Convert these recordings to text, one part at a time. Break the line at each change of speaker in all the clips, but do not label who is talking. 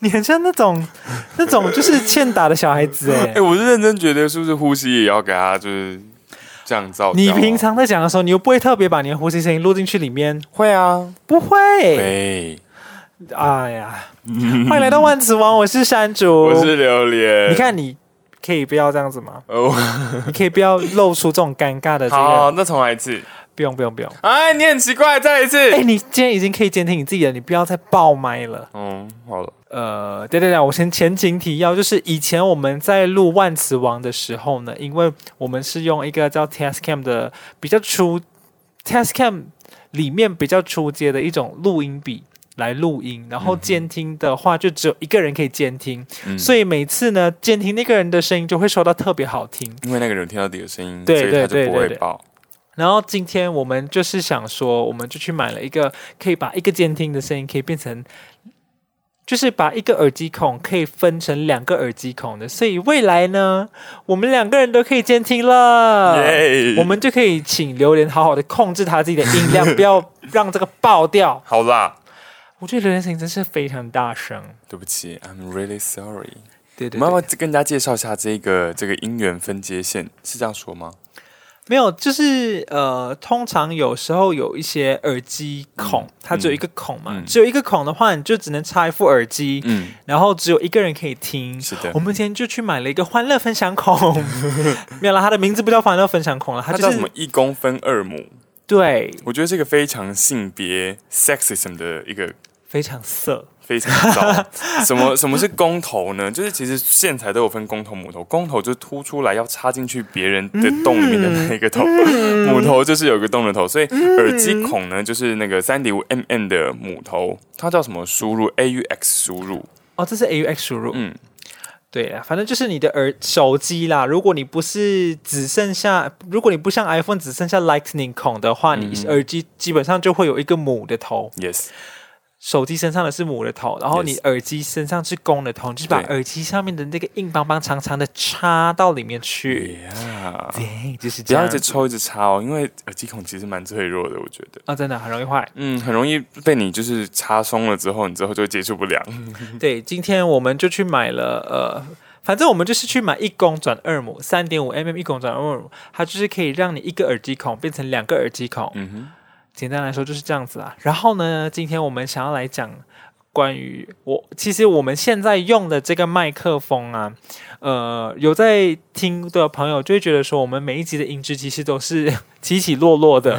你很像那种 那种就是欠打的小孩子哎、
哎、我是认真觉得，是不是呼吸也要给他就是这样照哦掉？
你平常在讲的时候，你又不会特别把你的呼吸声音录进去里面，
会啊？
不会。
对，
哎呀，欢迎来到万磁王，我是山竹，
我是榴莲。
你，看你可以不要这样子 吗？
哦，
你可以不要露出这种尴尬的这
好，
个，
那重来一次。
不用不用不用。
哎，你很奇怪，再来一次。
哎、你今天已经可以监听你自己了，你不要再爆麦了。
嗯，好了，
呃，对对对，我先前情提要，就是以前我们在录万磁王的时候呢，因为我们是用一个叫 Tascam 的比较出 Tascam 里面比较出街的一种录音笔来录音，然后
嗯哼
监听的话就只有一个人可以监听，
嗯
所以每次呢监听那个人的声音就会收到特别好听。
因为那个人有听到自己的声音，
对
所以他
对
就不
对
会
对
爆。
然后今天我们就是想说，我们就去买了一个可以把一个监听的声音可以变成，就是把一个耳机孔可以分成两个耳机孔的，所以未来呢，我们两个人都可以监听了。啊
耶
我们就可以请榴莲好好的控制他自己的音 量，不要让这个爆掉。
好啦，
我觉得榴莲声音真是非常大声。
对不起，I'm really sorry。
对对
我们要不
对，
要跟大家介绍一下这个这个姻缘分界线是这样说吗？
没有，就是呃，通常有时候有一些耳机孔，
嗯
它只有一个孔嘛，
嗯
只有一个孔的话，你就只能插一副耳机，
嗯，
然后只有一个人可以听。
是的
我。们今天就去买了一个欢乐分享孔， 没有啦，它的名字不叫欢乐分享孔了，它
它
就
叫什
是
么一公分二母？
对，
我觉得这个非常性别 sexism 的一个
非常色。
非常糟。什么什么是公头呢？就是其实线材都有分公头、母头，公头就是凸出来要插进去别人的洞里面的那一个头，母头就是有一个洞的头，所以耳机孔呢就是那个三点五 mm 的母头，它叫什么输入 AUX 输入，
哦，这是 A U X 输入，
嗯，
对啊，反正就是你的耳手机啦。如果你不是只剩下，如果你不像 iPhone 只剩下 Lightning 孔的话，你
嗯
耳机基本上就会有一个母的头，
yes，
手机身上的是母的头，然后
Yes
你耳机身上是公的头，你就是把
对
耳机上面的那个硬邦邦长长的插到里面去。
yeah。
对，就是
不
这
要
样
一直抽一直插哦，因为耳机孔其实蛮脆弱的，我觉得，
啊、真的很容易坏。
嗯，很容易被你就是插松了之后，你之后就会接触不良。
对，今天我们就去买了，呃，反正我们就是去买一公转二母，三点五 mm 一公转二母，它就是可以让你一个耳机孔变成两个耳机孔。
嗯哼，
简单来说就是这样子啊。然后呢，今天我们想要来讲关于我，其实我们现在用的这个麦克风啊，呃，有在听的朋友就会觉得说，我们每一集的音质其实都是 起起落落 的，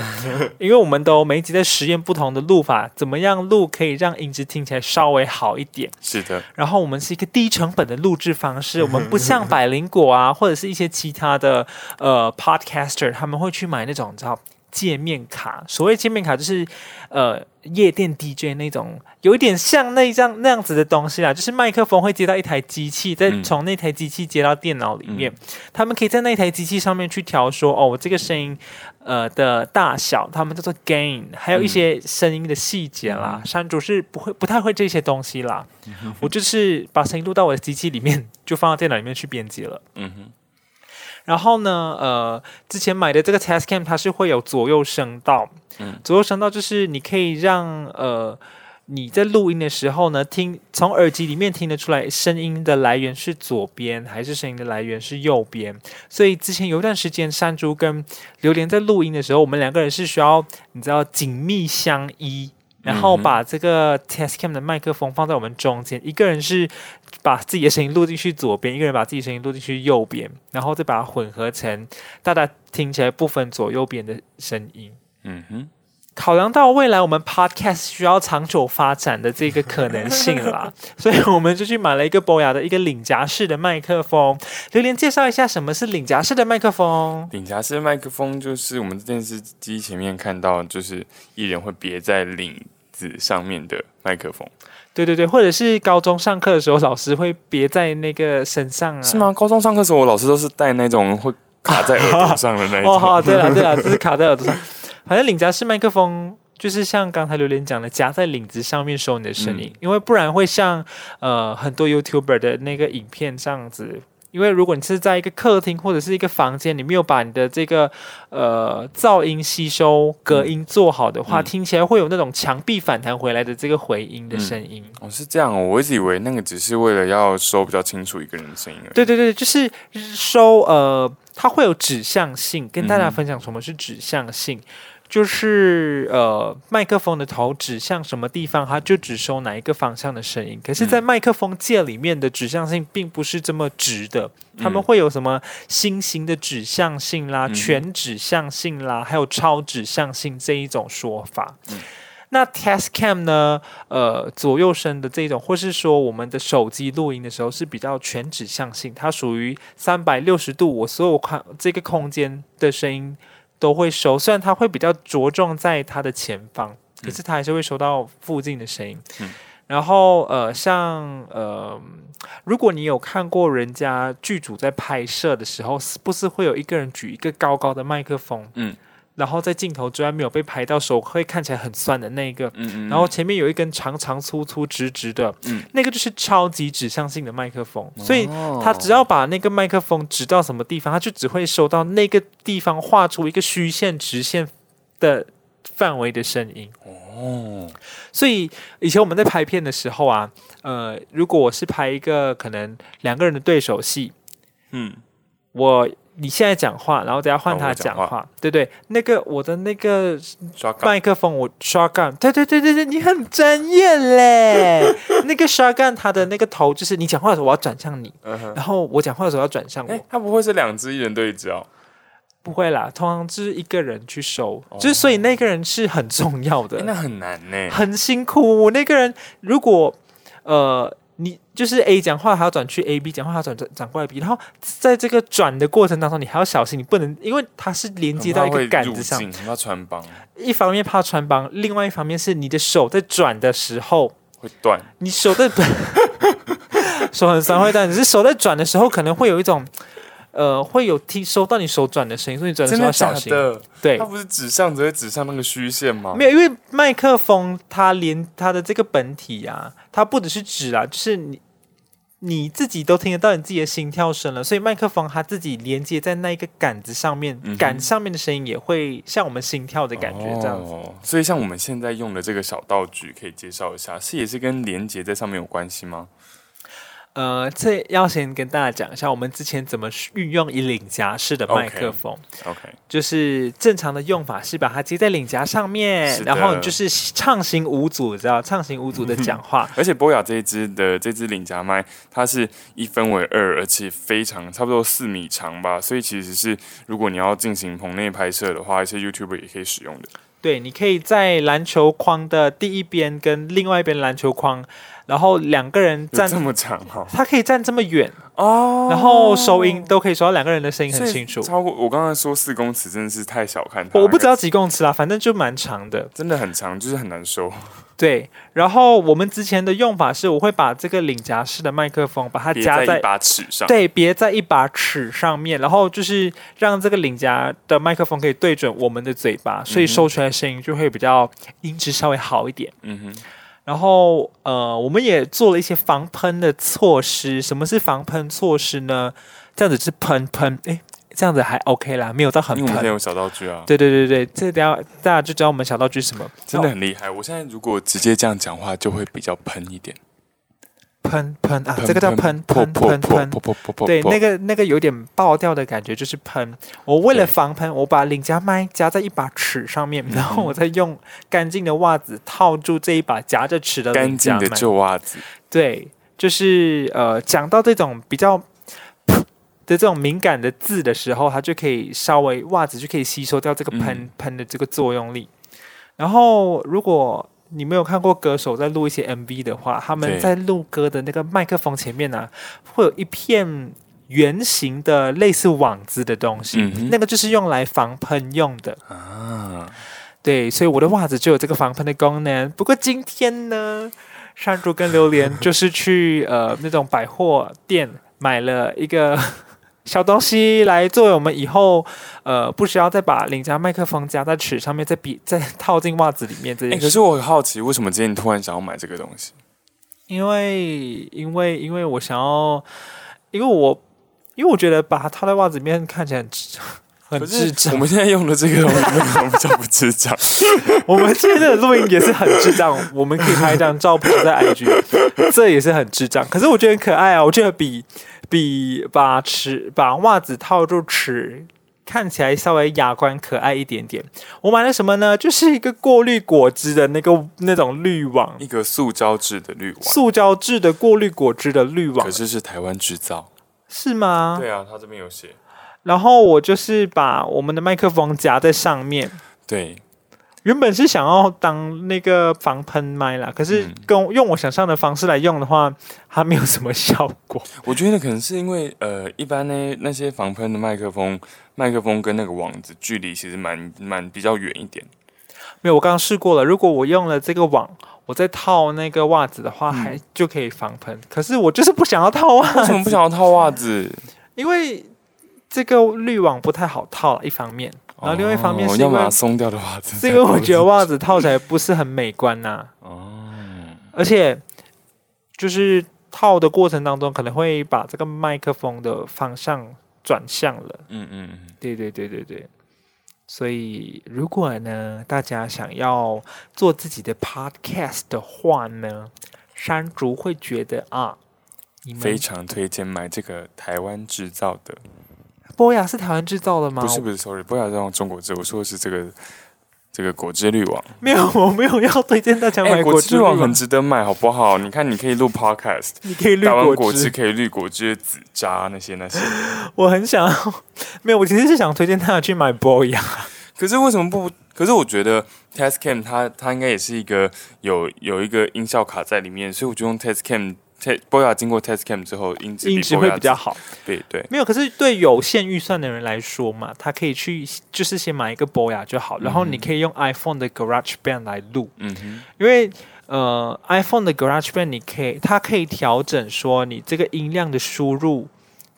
因为我们都每一集在实验不同的录法，怎么样录可以让音质听起来稍微好一点。
是的，
然后我们是一个低成本的录制方式，我们不像百灵果啊，或者是一些其他的呃 podcaster，他们会去买那种你知道界面卡。所谓界面卡就是呃夜店 DJ 那种，有一点像那样那样子的东西啦，就是麦克风会接到一台机器，再
嗯
从那台机器接到电脑里面，他们可以在那台机器上面去调说哦，我这个声音。呃的大小，他们叫做 gain，还有一些声音的细节啦。山竹是不会不太会这些东西啦，我就是把声音录到我的机器里面，就放到电脑里面去编辑了。
嗯哼，
然后呢，呃，之前买的这个 Tascam 它是会有左右声道，
嗯
左右声道就是你可以让呃你在录音的时候呢，听从耳机里面听得出来声音的来源是左边还是声音的来源是右边。所以之前有一段时间，山竹跟榴莲在录音的时候，我们两个人是需要你知道紧密相依。然后
嗯哼
把这个 Tascam 的麦克风放在我们中间，一个人是把自己的声音录进去左边，一个人把自己声音录进去右边，然后再把它混合成大家听起来不分左右边的声音。
嗯哼，
考量到未来我们 podcast 需要长久发展的这个可能性啦，所以我们就去买了一个博雅的一个领夹式的麦克风。榴莲介绍一下什么是领夹式的麦克风？
领夹式麦克风就是我们电视机前面看到，就是艺人会别在领子上面的麦克风，
对对对，或者是高中上课的时候，老师会别在那个身上啊。
是吗？高中上课时候，我老师都是戴那种会卡在耳朵上的 那一
哦，
种。
好，对了对了，这是卡在耳朵上。反正领夹式麦克风就是像刚才榴莲讲的，夹在领子上面
嗯
收你的声音，因为不然会像呃很多 YouTuber 的那个影片这样子因为如果你是在一个客厅或者是一个房间，你没有把你的这个呃噪音吸收、隔音做好的话，
嗯
听起来会有那种墙壁反弹回来的这个回音的声音。
哦，是这样哦，我一直以为那个只是为了要收比较清楚一个人的声音而已。
对对对，就是收呃，它会有指向性，跟大
嗯
家
哼
分享什么是指向性，就是呃，麦克风的头指向什么地方，它就只收哪一个方向的声音。可是，
嗯
在麦克风界里面的指向性并不是这么直的，他们
嗯
会有什么新型的指向性啦、
嗯哼
全指向性啦，还有超指向性这一种说法。
嗯
那 test cam 呢？呃，左右声的这种，或是说我们的手机录音的时候是比较全指向性，它属于三百六十度，我所有看这个空间的声音都会收，虽然它会比较着重在它的前方，可是它还是会收到附近的声音。
嗯
然后呃，像呃，如果你有看过人家剧组在拍摄的时候，是不是会有一个人举一个高高的麦克风，
嗯
然后在镜头之外没有被拍到手会看起来很酸的那一个，
嗯嗯
然后前面有一根长长粗粗直直的，
嗯哦
那个就是超级指向性的麦克风，所以
他
他只要把那个麦克风指到什么地方，他就只会收到那个地方画出一个虚线、直线的范围的声音。
哦，
所以以前我们在拍片的时候啊，呃，如果我是拍一个可能两个人的对手戏，
嗯
我你现在讲话，然后等下换
换
他
哦我讲
话，对对，那个我的那个
刷卡
麦克风我刷干，对对对对对，你很专业 嘞。那个刷干他的那个头就是你讲话的时候我要转向你，
嗯哼，
然后我讲话的时候要转向我。
哎、他不会是两只一人对一只哦？
不会啦，通常就是一个人去收，
哦
就是所以那个人是很重要
哎、
的，
那很难 呢。
很辛苦。那个人如果呃，你就是 A 讲话还要转去 A，B 讲话还要转转转过来 B，然后在这个转的过程当中，你还要小心，你不能因为它是连接到一
很怕
个
会
杆
入
子上，
镜很怕穿帮
一方面怕穿帮，另外一方面是你的手在转的时候，
会断。
你手在 手很酸会但只是手在转的时候可能会有一种。呃，会有听收到你手转的声音，所以你转的时候要小心。
的？哦
对
他，不是指向只会指向那个虚线吗？
没有，因为麦克风它连它的这个本体啊，它不只是纸啊，就是你你自己都听得到你自己的心跳声了，所以麦克风它自己连接在那一个杆子上面，
嗯哼
杆上面的声音也会像我们心跳的感觉这样子。
哦。所以像我们现在用的这个小道具，可以介绍一下，是也是跟连接在上面有关系吗？
呃，这要先跟大家讲一下，我们之前怎么运用以领夹式的麦
OK
克风。
OK，
就是正常的用法是把它接在领夹上面
是，的
然后你就是畅行无阻，知道畅行无阻的讲话。
而且波雅这一支的这支领夹麦，它是一分为二，而且非常差不多四米长吧，所以其实是如果你要进行棚内拍摄的话，一些 YouTuber 也可以使用的。
对，你可以在篮球框的第一边跟另外一边篮球框，然后两个人
有
站
这，么长哈、
他可以站这么远，
哦，
然后收音都可以收到两个人的声音很
所以
清楚。
超过我刚刚说四公尺，真的是太小看它。
我不知，道几公尺啦，反正就蛮长的。
真的很长，就是很难收。
对，然后我们之前的用法是，我会把这个领夹式的麦克风把它
别
夹
一把尺上。
对，别在一把尺上面，然后就是让这个领夹的麦克风可以对准我们的嘴巴，所以
嗯哼
收出来的声音就会比较音质稍微好一点。
嗯哼，
然后呃，我们也做了一些防喷的措施。什么是防喷措施呢？这样子是喷喷，诶，这样子还 OK 啦，没有到很
因为我们现在
喷。
有小道具啊，
对对对对，这等下大家就知道我们小道具是什么，
真的很厉害。我现在如果直接这样讲话，就会比较喷一点。
喷喷啊，这个叫喷喷
破
喷
破
喷。
破破破破。
对，那
个
个那个有点爆掉的感觉，就是喷。我为了
对
防喷，我把领夹麦夹在一把尺上面，然
嗯
后我再用干净的袜子套住这一把夹着尺的
干
领
净
夹
的
麦。
旧袜子，
对，就是呃，讲到这种比较的这种敏感的字的时候，它就可以稍微袜子就可以吸收掉这个喷、
嗯
喷的这个作用力。然后，如果你没有看过歌手在录一些 MV 的话，他们
对
在录歌的那个麦克风前面呢、会有一片圆形的类似网子的东西，
嗯哼
那个就是用来防喷用的。
啊，
对，所以我的袜子就有这个防喷的功能。不过今天呢，山竹跟榴 莲就是去呃那种百货店买了一个 小东西来作为我们以后呃不需要再把领夹麦克风夹在尺上面，再比再套进袜子里面这
哎、
件
可
事。
是我很好奇，为什么今天你突然想要买这个东西？
因为因为因为我想要，因为我因为我觉得把它套在袜子里面看起来很智很
可
智
是
障
我。们现在用的这个东西，我们叫不智障。
我们今天的录音也是很智障，我们可以拍一张照片在 IG，这也是很智障。可是我觉得很可爱啊，我觉得比比把尺把袜子套住尺。看起来稍微雅观可爱一点点。我买了什么呢？就是一个过滤果汁的那个那种滤网，
一个塑胶制的滤网，
塑胶制的过滤果汁的滤网
可，是是台湾制造。
是吗？
对啊，他这边有写。
然后我就是把我们的麦克风夹在上面，
对，
原本是想要当那个防喷麦啦，可是
嗯
跟我用我想象的方式来用的话，它没有什么效果。
我觉得可能是因为呃，一般呢那些防喷的麦克风，麦克风跟那个网子距离其实蛮蛮比较远一点。
没有，我刚刚试过了，如果我用了这个网，我再套那个袜子的话，还就可以防喷。可是我就是不想要套啊袜
为什么不
子，
想要套袜子？
因为这个滤网不太好套了，一方面，然后另外一方面
哦
是
要
因为、
把松掉的 袜子。
是因为我觉得袜子套起来不是很美观呐、
哦，
而且就是套的过程当中，可能会把这个麦克风的方向转向了。
嗯嗯嗯，
对对对对对。所以，如果呢大家想要做自己的 podcast 的话呢，山竹会觉得啊，你
非
们
常推荐买这个台湾制造的，
波雅是台湾制造的吗？
不是不是，sorry，不要用中国制，我说的是这个这个果汁滤网。
没有，我没有要推荐大家买
哎果
汁
汁
绿
网
网
很，值得买，好不好？你看，你可以录 podcast，
你可以滤
台湾
果
果汁
汁。
可以滤果汁的籽渣那些 那些。
我很想要，没有，我其实是想推荐大家去买波雅。
可是为什么不？可是我觉得 Tascam 它它应该也是一个有有一个音效卡在里面，所以我就用 Tascam。t 波雅经过 Tascam 之后，音质
音质会比较好。
对对，
没有，可是对有限预算的人来说嘛，他可以去就是先买一个博雅就好，然后你可以用 iPhone 的 Garage Band 来录，
嗯哼，
因为呃 iPhone 的 Garage Band 你可以它可以调整说你这个音量的输入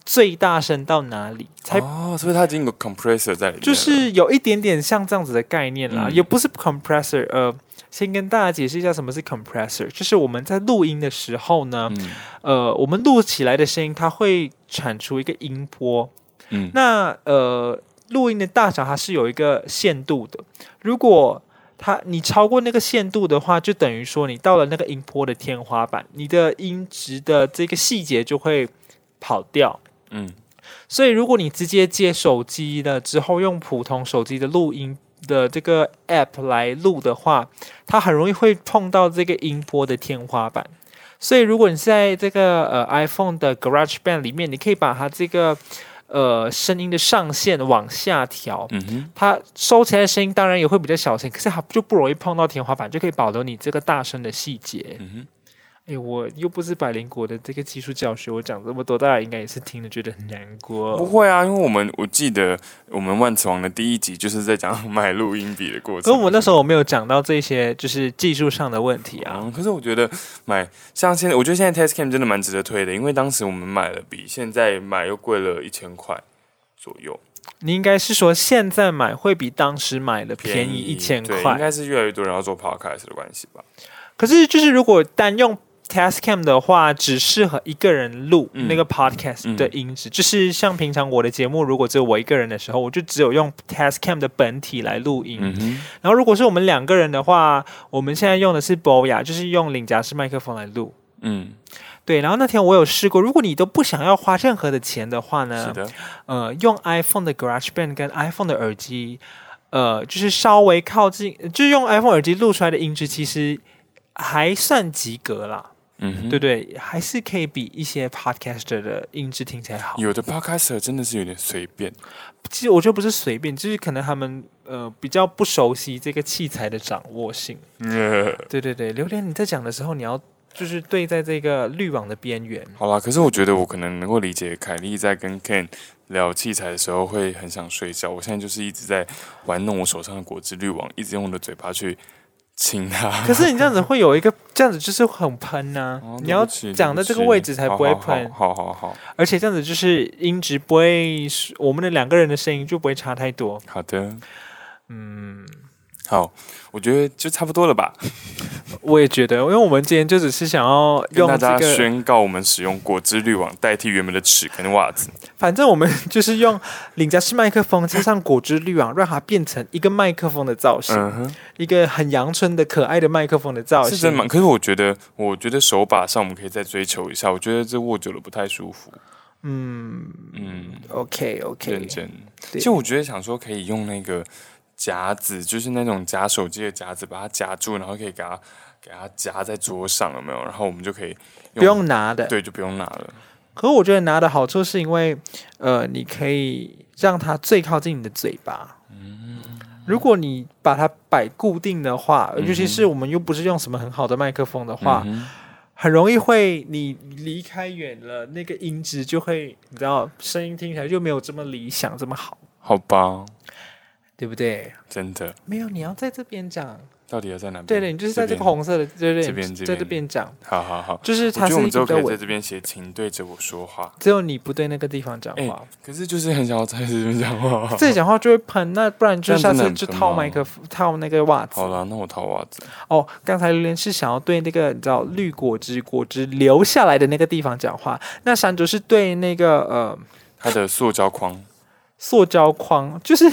最大声到哪里才。
哦，所以它已经有 compressor 在里面了，
就是有一点点像这样子的概念啦，
嗯
也不是 compressor。呃，先跟大家解释一下什么是 compressor，就是我们在录音的时候呢，
嗯
呃，我们录起来的声音它会产出一个音波，
嗯，
那呃，录音的大小它是有一个限度的，如果它你超过那个限度的话，就等于说你到了那个音波的天花板，你的音质的这个细节就会跑掉。
嗯
所以如果你直接接手机了之后，用普通手机的录音的这个 app 来录的话，它很容易会碰到这个音波的天花板。所以如果你是在这个呃 iPhone 的 GarageBand 里面，你可以把它这个呃声音的上限往下调。
嗯哼，
它收起来的声音当然也会比较小声，可是它就不容易碰到天花板，就可以保留你这个大声的细节。
嗯哼，
哎，我又不是百灵果的这个技术教学，我讲这么多，大家应该也是听了觉得很难过。
不会啊，因为我们我记得我们万磁王的第一集就是在讲买录音笔的过
可
程。
我们那时候我没有讲到这些就是技术上的问题啊。
嗯，可是我觉得买像现在，我觉得现在 Tascam 真的蛮值得推的，因为当时我们买了比现在买又贵了一千块左右，
你应该是说现在买会比当时买的便宜
宜
一千
对应
块，
该是越来越多人要做 podcast 的关系吧？
可是就是如果单用 Tascam 的话，只适合一个人录
嗯
那个 podcast
嗯
的音质，就是像平常我的节目，如果只有我一个人的时候，我就只有用 Tascam 的本体来录音。
嗯哼，
然后如果是我们两个人的话，我们现在用的是 Boya，就是用领夹式麦克风来录。
嗯，
对，然后那天我有试过，如果你都不想要花任何的钱的话呢，
是的，
呃，用 iPhone 的 GarageBand 跟 iPhone 的耳机，呃，就是稍微靠近，就是用 iPhone 耳机录出来的音质，其实还算及格啦，
嗯哼，
对不对？还是可以比一些 Podcaster 的音质听起来好。
有的 podcaster 真的是有点随便，
其实我觉得不是随便，就是可能他们呃比较不熟悉这个器材的掌握性。对对对，榴莲你在讲的时候，你要就是对在这个滤网的边 缘。
好啦，可是我觉得我可能能够理解凯莉在跟 Ken 聊器材的时候会很想睡觉。我现在就是一直在玩弄我手上的果汁滤网，一直用我的嘴巴去亲它。
可是你这样子会有一个这样子就是很喷呐、
哦
你要
对不起对不
讲在这个位置才
起
不会
好好好
喷。
好好好，
而且这样子就是音质不会，我们的两个人的声音就不会差太多。
好的，
嗯，
好，我觉得就差不多了吧，
我也觉得，因为我们今天就只是想要
跟
用
大
这
家
个，
宣告我们使用果汁滤网代替原本的纸跟袜子。
反正我们就是用领夹式麦克风加上果汁滤网，让它变成一个麦克风的造型，
嗯哼，
一个很阳春的可爱的麦克风的造
是真
型。
蛮。可是我觉得，我觉得手把上我们可以再追求一下，我觉得这握久了不太舒服。
嗯
嗯，
，OK
认
OK，
真。
对
其实我觉得想说可以用那个夹子，就是那种夹手机的夹子，把它夹住，然后可以给它给它夹在桌上，有没有？然后我们就可以
不用拿的。
对，就不用拿了。
可我觉得拿的好处是因为，呃，你可以让它最靠近你的嘴巴。
嗯
如果你把它摆固定的话，
嗯哼
尤其是我们又不是用什么很好的麦克风的话，
嗯哼
很容易会你离开远了，那个音质就会，你知道，声音听起来就没有这么理想，这么好，
好吧，
对不对？
真的，
没有，你要在这边讲。
到底要在哪边？
对了，你就是在这
边
个。红色的，对对，
嗯这边这边
在这边讲，
好好好，
就是
我觉
它
得
是
我
一
们之
个
后
比较
可以在
稳，
这边写，请对着我说话。
只有你不对那个地方讲
哎
话。
可是就是很想要在这边讲 话。
自己讲话就会喷，那不然就
这
下
样真的
次就
很喷
套
吗
麦克风，套那个袜子
好。啦，那我套袜子。
哦，刚才榴莲是想要对那个你知道绿果汁果汁流下来的那个地方讲话，那山竹是对那个呃
它的塑胶框，
塑胶框，就是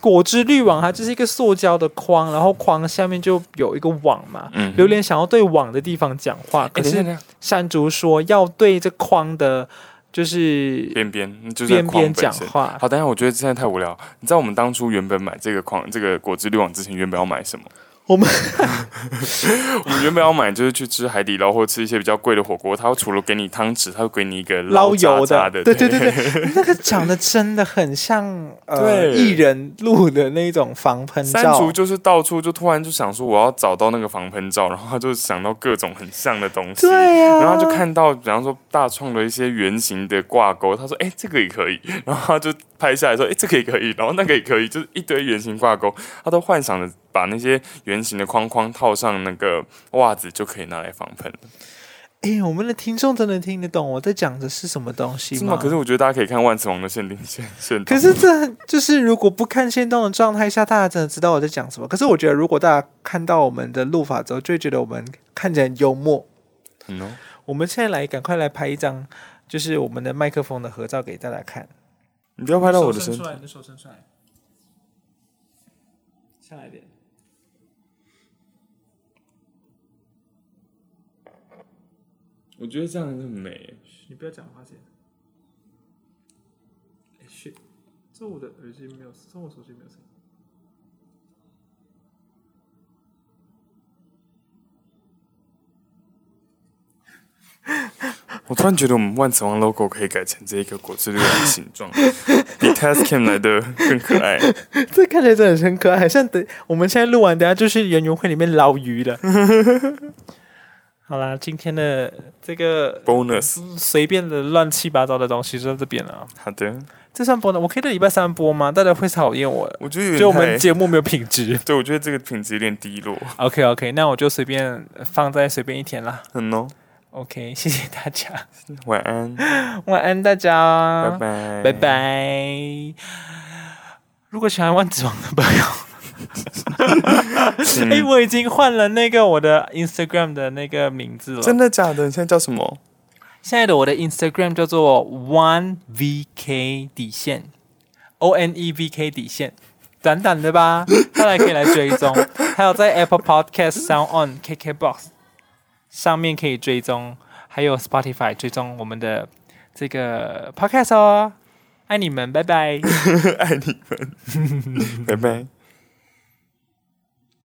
果汁滤网，它就是一个塑胶的框，然后框下面就有一个网嘛。
嗯，
榴莲想要对网的地方讲话，
哎，
可
等一下
是
等一下，
山竹说要对这框的，就是
边边就是在
边
框
边
本
讲
身。
话。
好，等一下，我觉得现在太无聊。你知道我们当初原本买这个框、这个果汁滤网之前，原本要买什么？
我们
我们原本要买就是去吃海底捞或吃一些比较贵的火锅，它除了给你汤匙，它会给你一个
捞
渣
油
渣
的，
的，
对对对 对，那个长得真的很像呃
对
艺人录的那种防喷
三
罩
竹，就是到处就突然就想说我要找到那个防喷罩，然后他就想到各种很像的东西，
对啊呀、
然后他就看到比方说大创的一些圆形的挂钩，他说哎、这个也可以， 然后他就拍下来说哎、这个也可以，然后那个也可以，就是一堆圆形挂钩，他都幻想着把那些圆形的框框套上那个袜子就可以拿来防喷了，
哎、我们的听众真的听得懂我在讲的是什么东西
是
吗？
吗？可是我觉得大家可以看万磁王的限定线限
可是这就是如果不看线动的状态下，大家真的知道我在讲什么。可是我觉得，如果大家看到我们的录法之后，就会觉得我们看起来很幽默。
嗯哦
我们现在来，赶快来拍一张，就是我们的麦克风的合照给大家看。
你不要拍到我的身体，
来，你的手伸出来，下来一点。
我觉得这样很美。
你不要讲话先。哎、shit，这我的耳机没有，这我手机没有声音。
我突然觉得我们万磁王 logo 可以改成这一个果汁绿的形状，比 Tascam 来的更可 爱。
这看起来真的很可爱，像等我们现在录完，等下就是园游会里面捞鱼了。 好啦，今天的这个
Bonus，
随便的乱七八糟的东西就到这边了啊。
好的，
这算播呢？我可以在礼拜三播吗？大家会讨厌我的，
我觉得有点
就我们
太
节目没有品质。
对，我觉得这个品质有点低落，
OK OK，那我就随便放在随便一天啦。
嗯哦，
OK，谢谢大家，
晚安，
晚安大家，
拜拜，
啊拜。拜。如果喜欢万子王的朋友，哎、
嗯
我已经换了那个我的 Instagram 的那个名字了。
真的假的？你现在叫什么？
现在的我的 Instagram 叫做 One VK 底线，O N E V K 底线，短短的 吧，大家可以来追踪。还有在 Apple Podcast、Sound On、KKBox 上面可以追踪，还有 Spotify 追踪我们的这个 Podcast 哦。爱你们，拜拜。
爱你们，拜拜。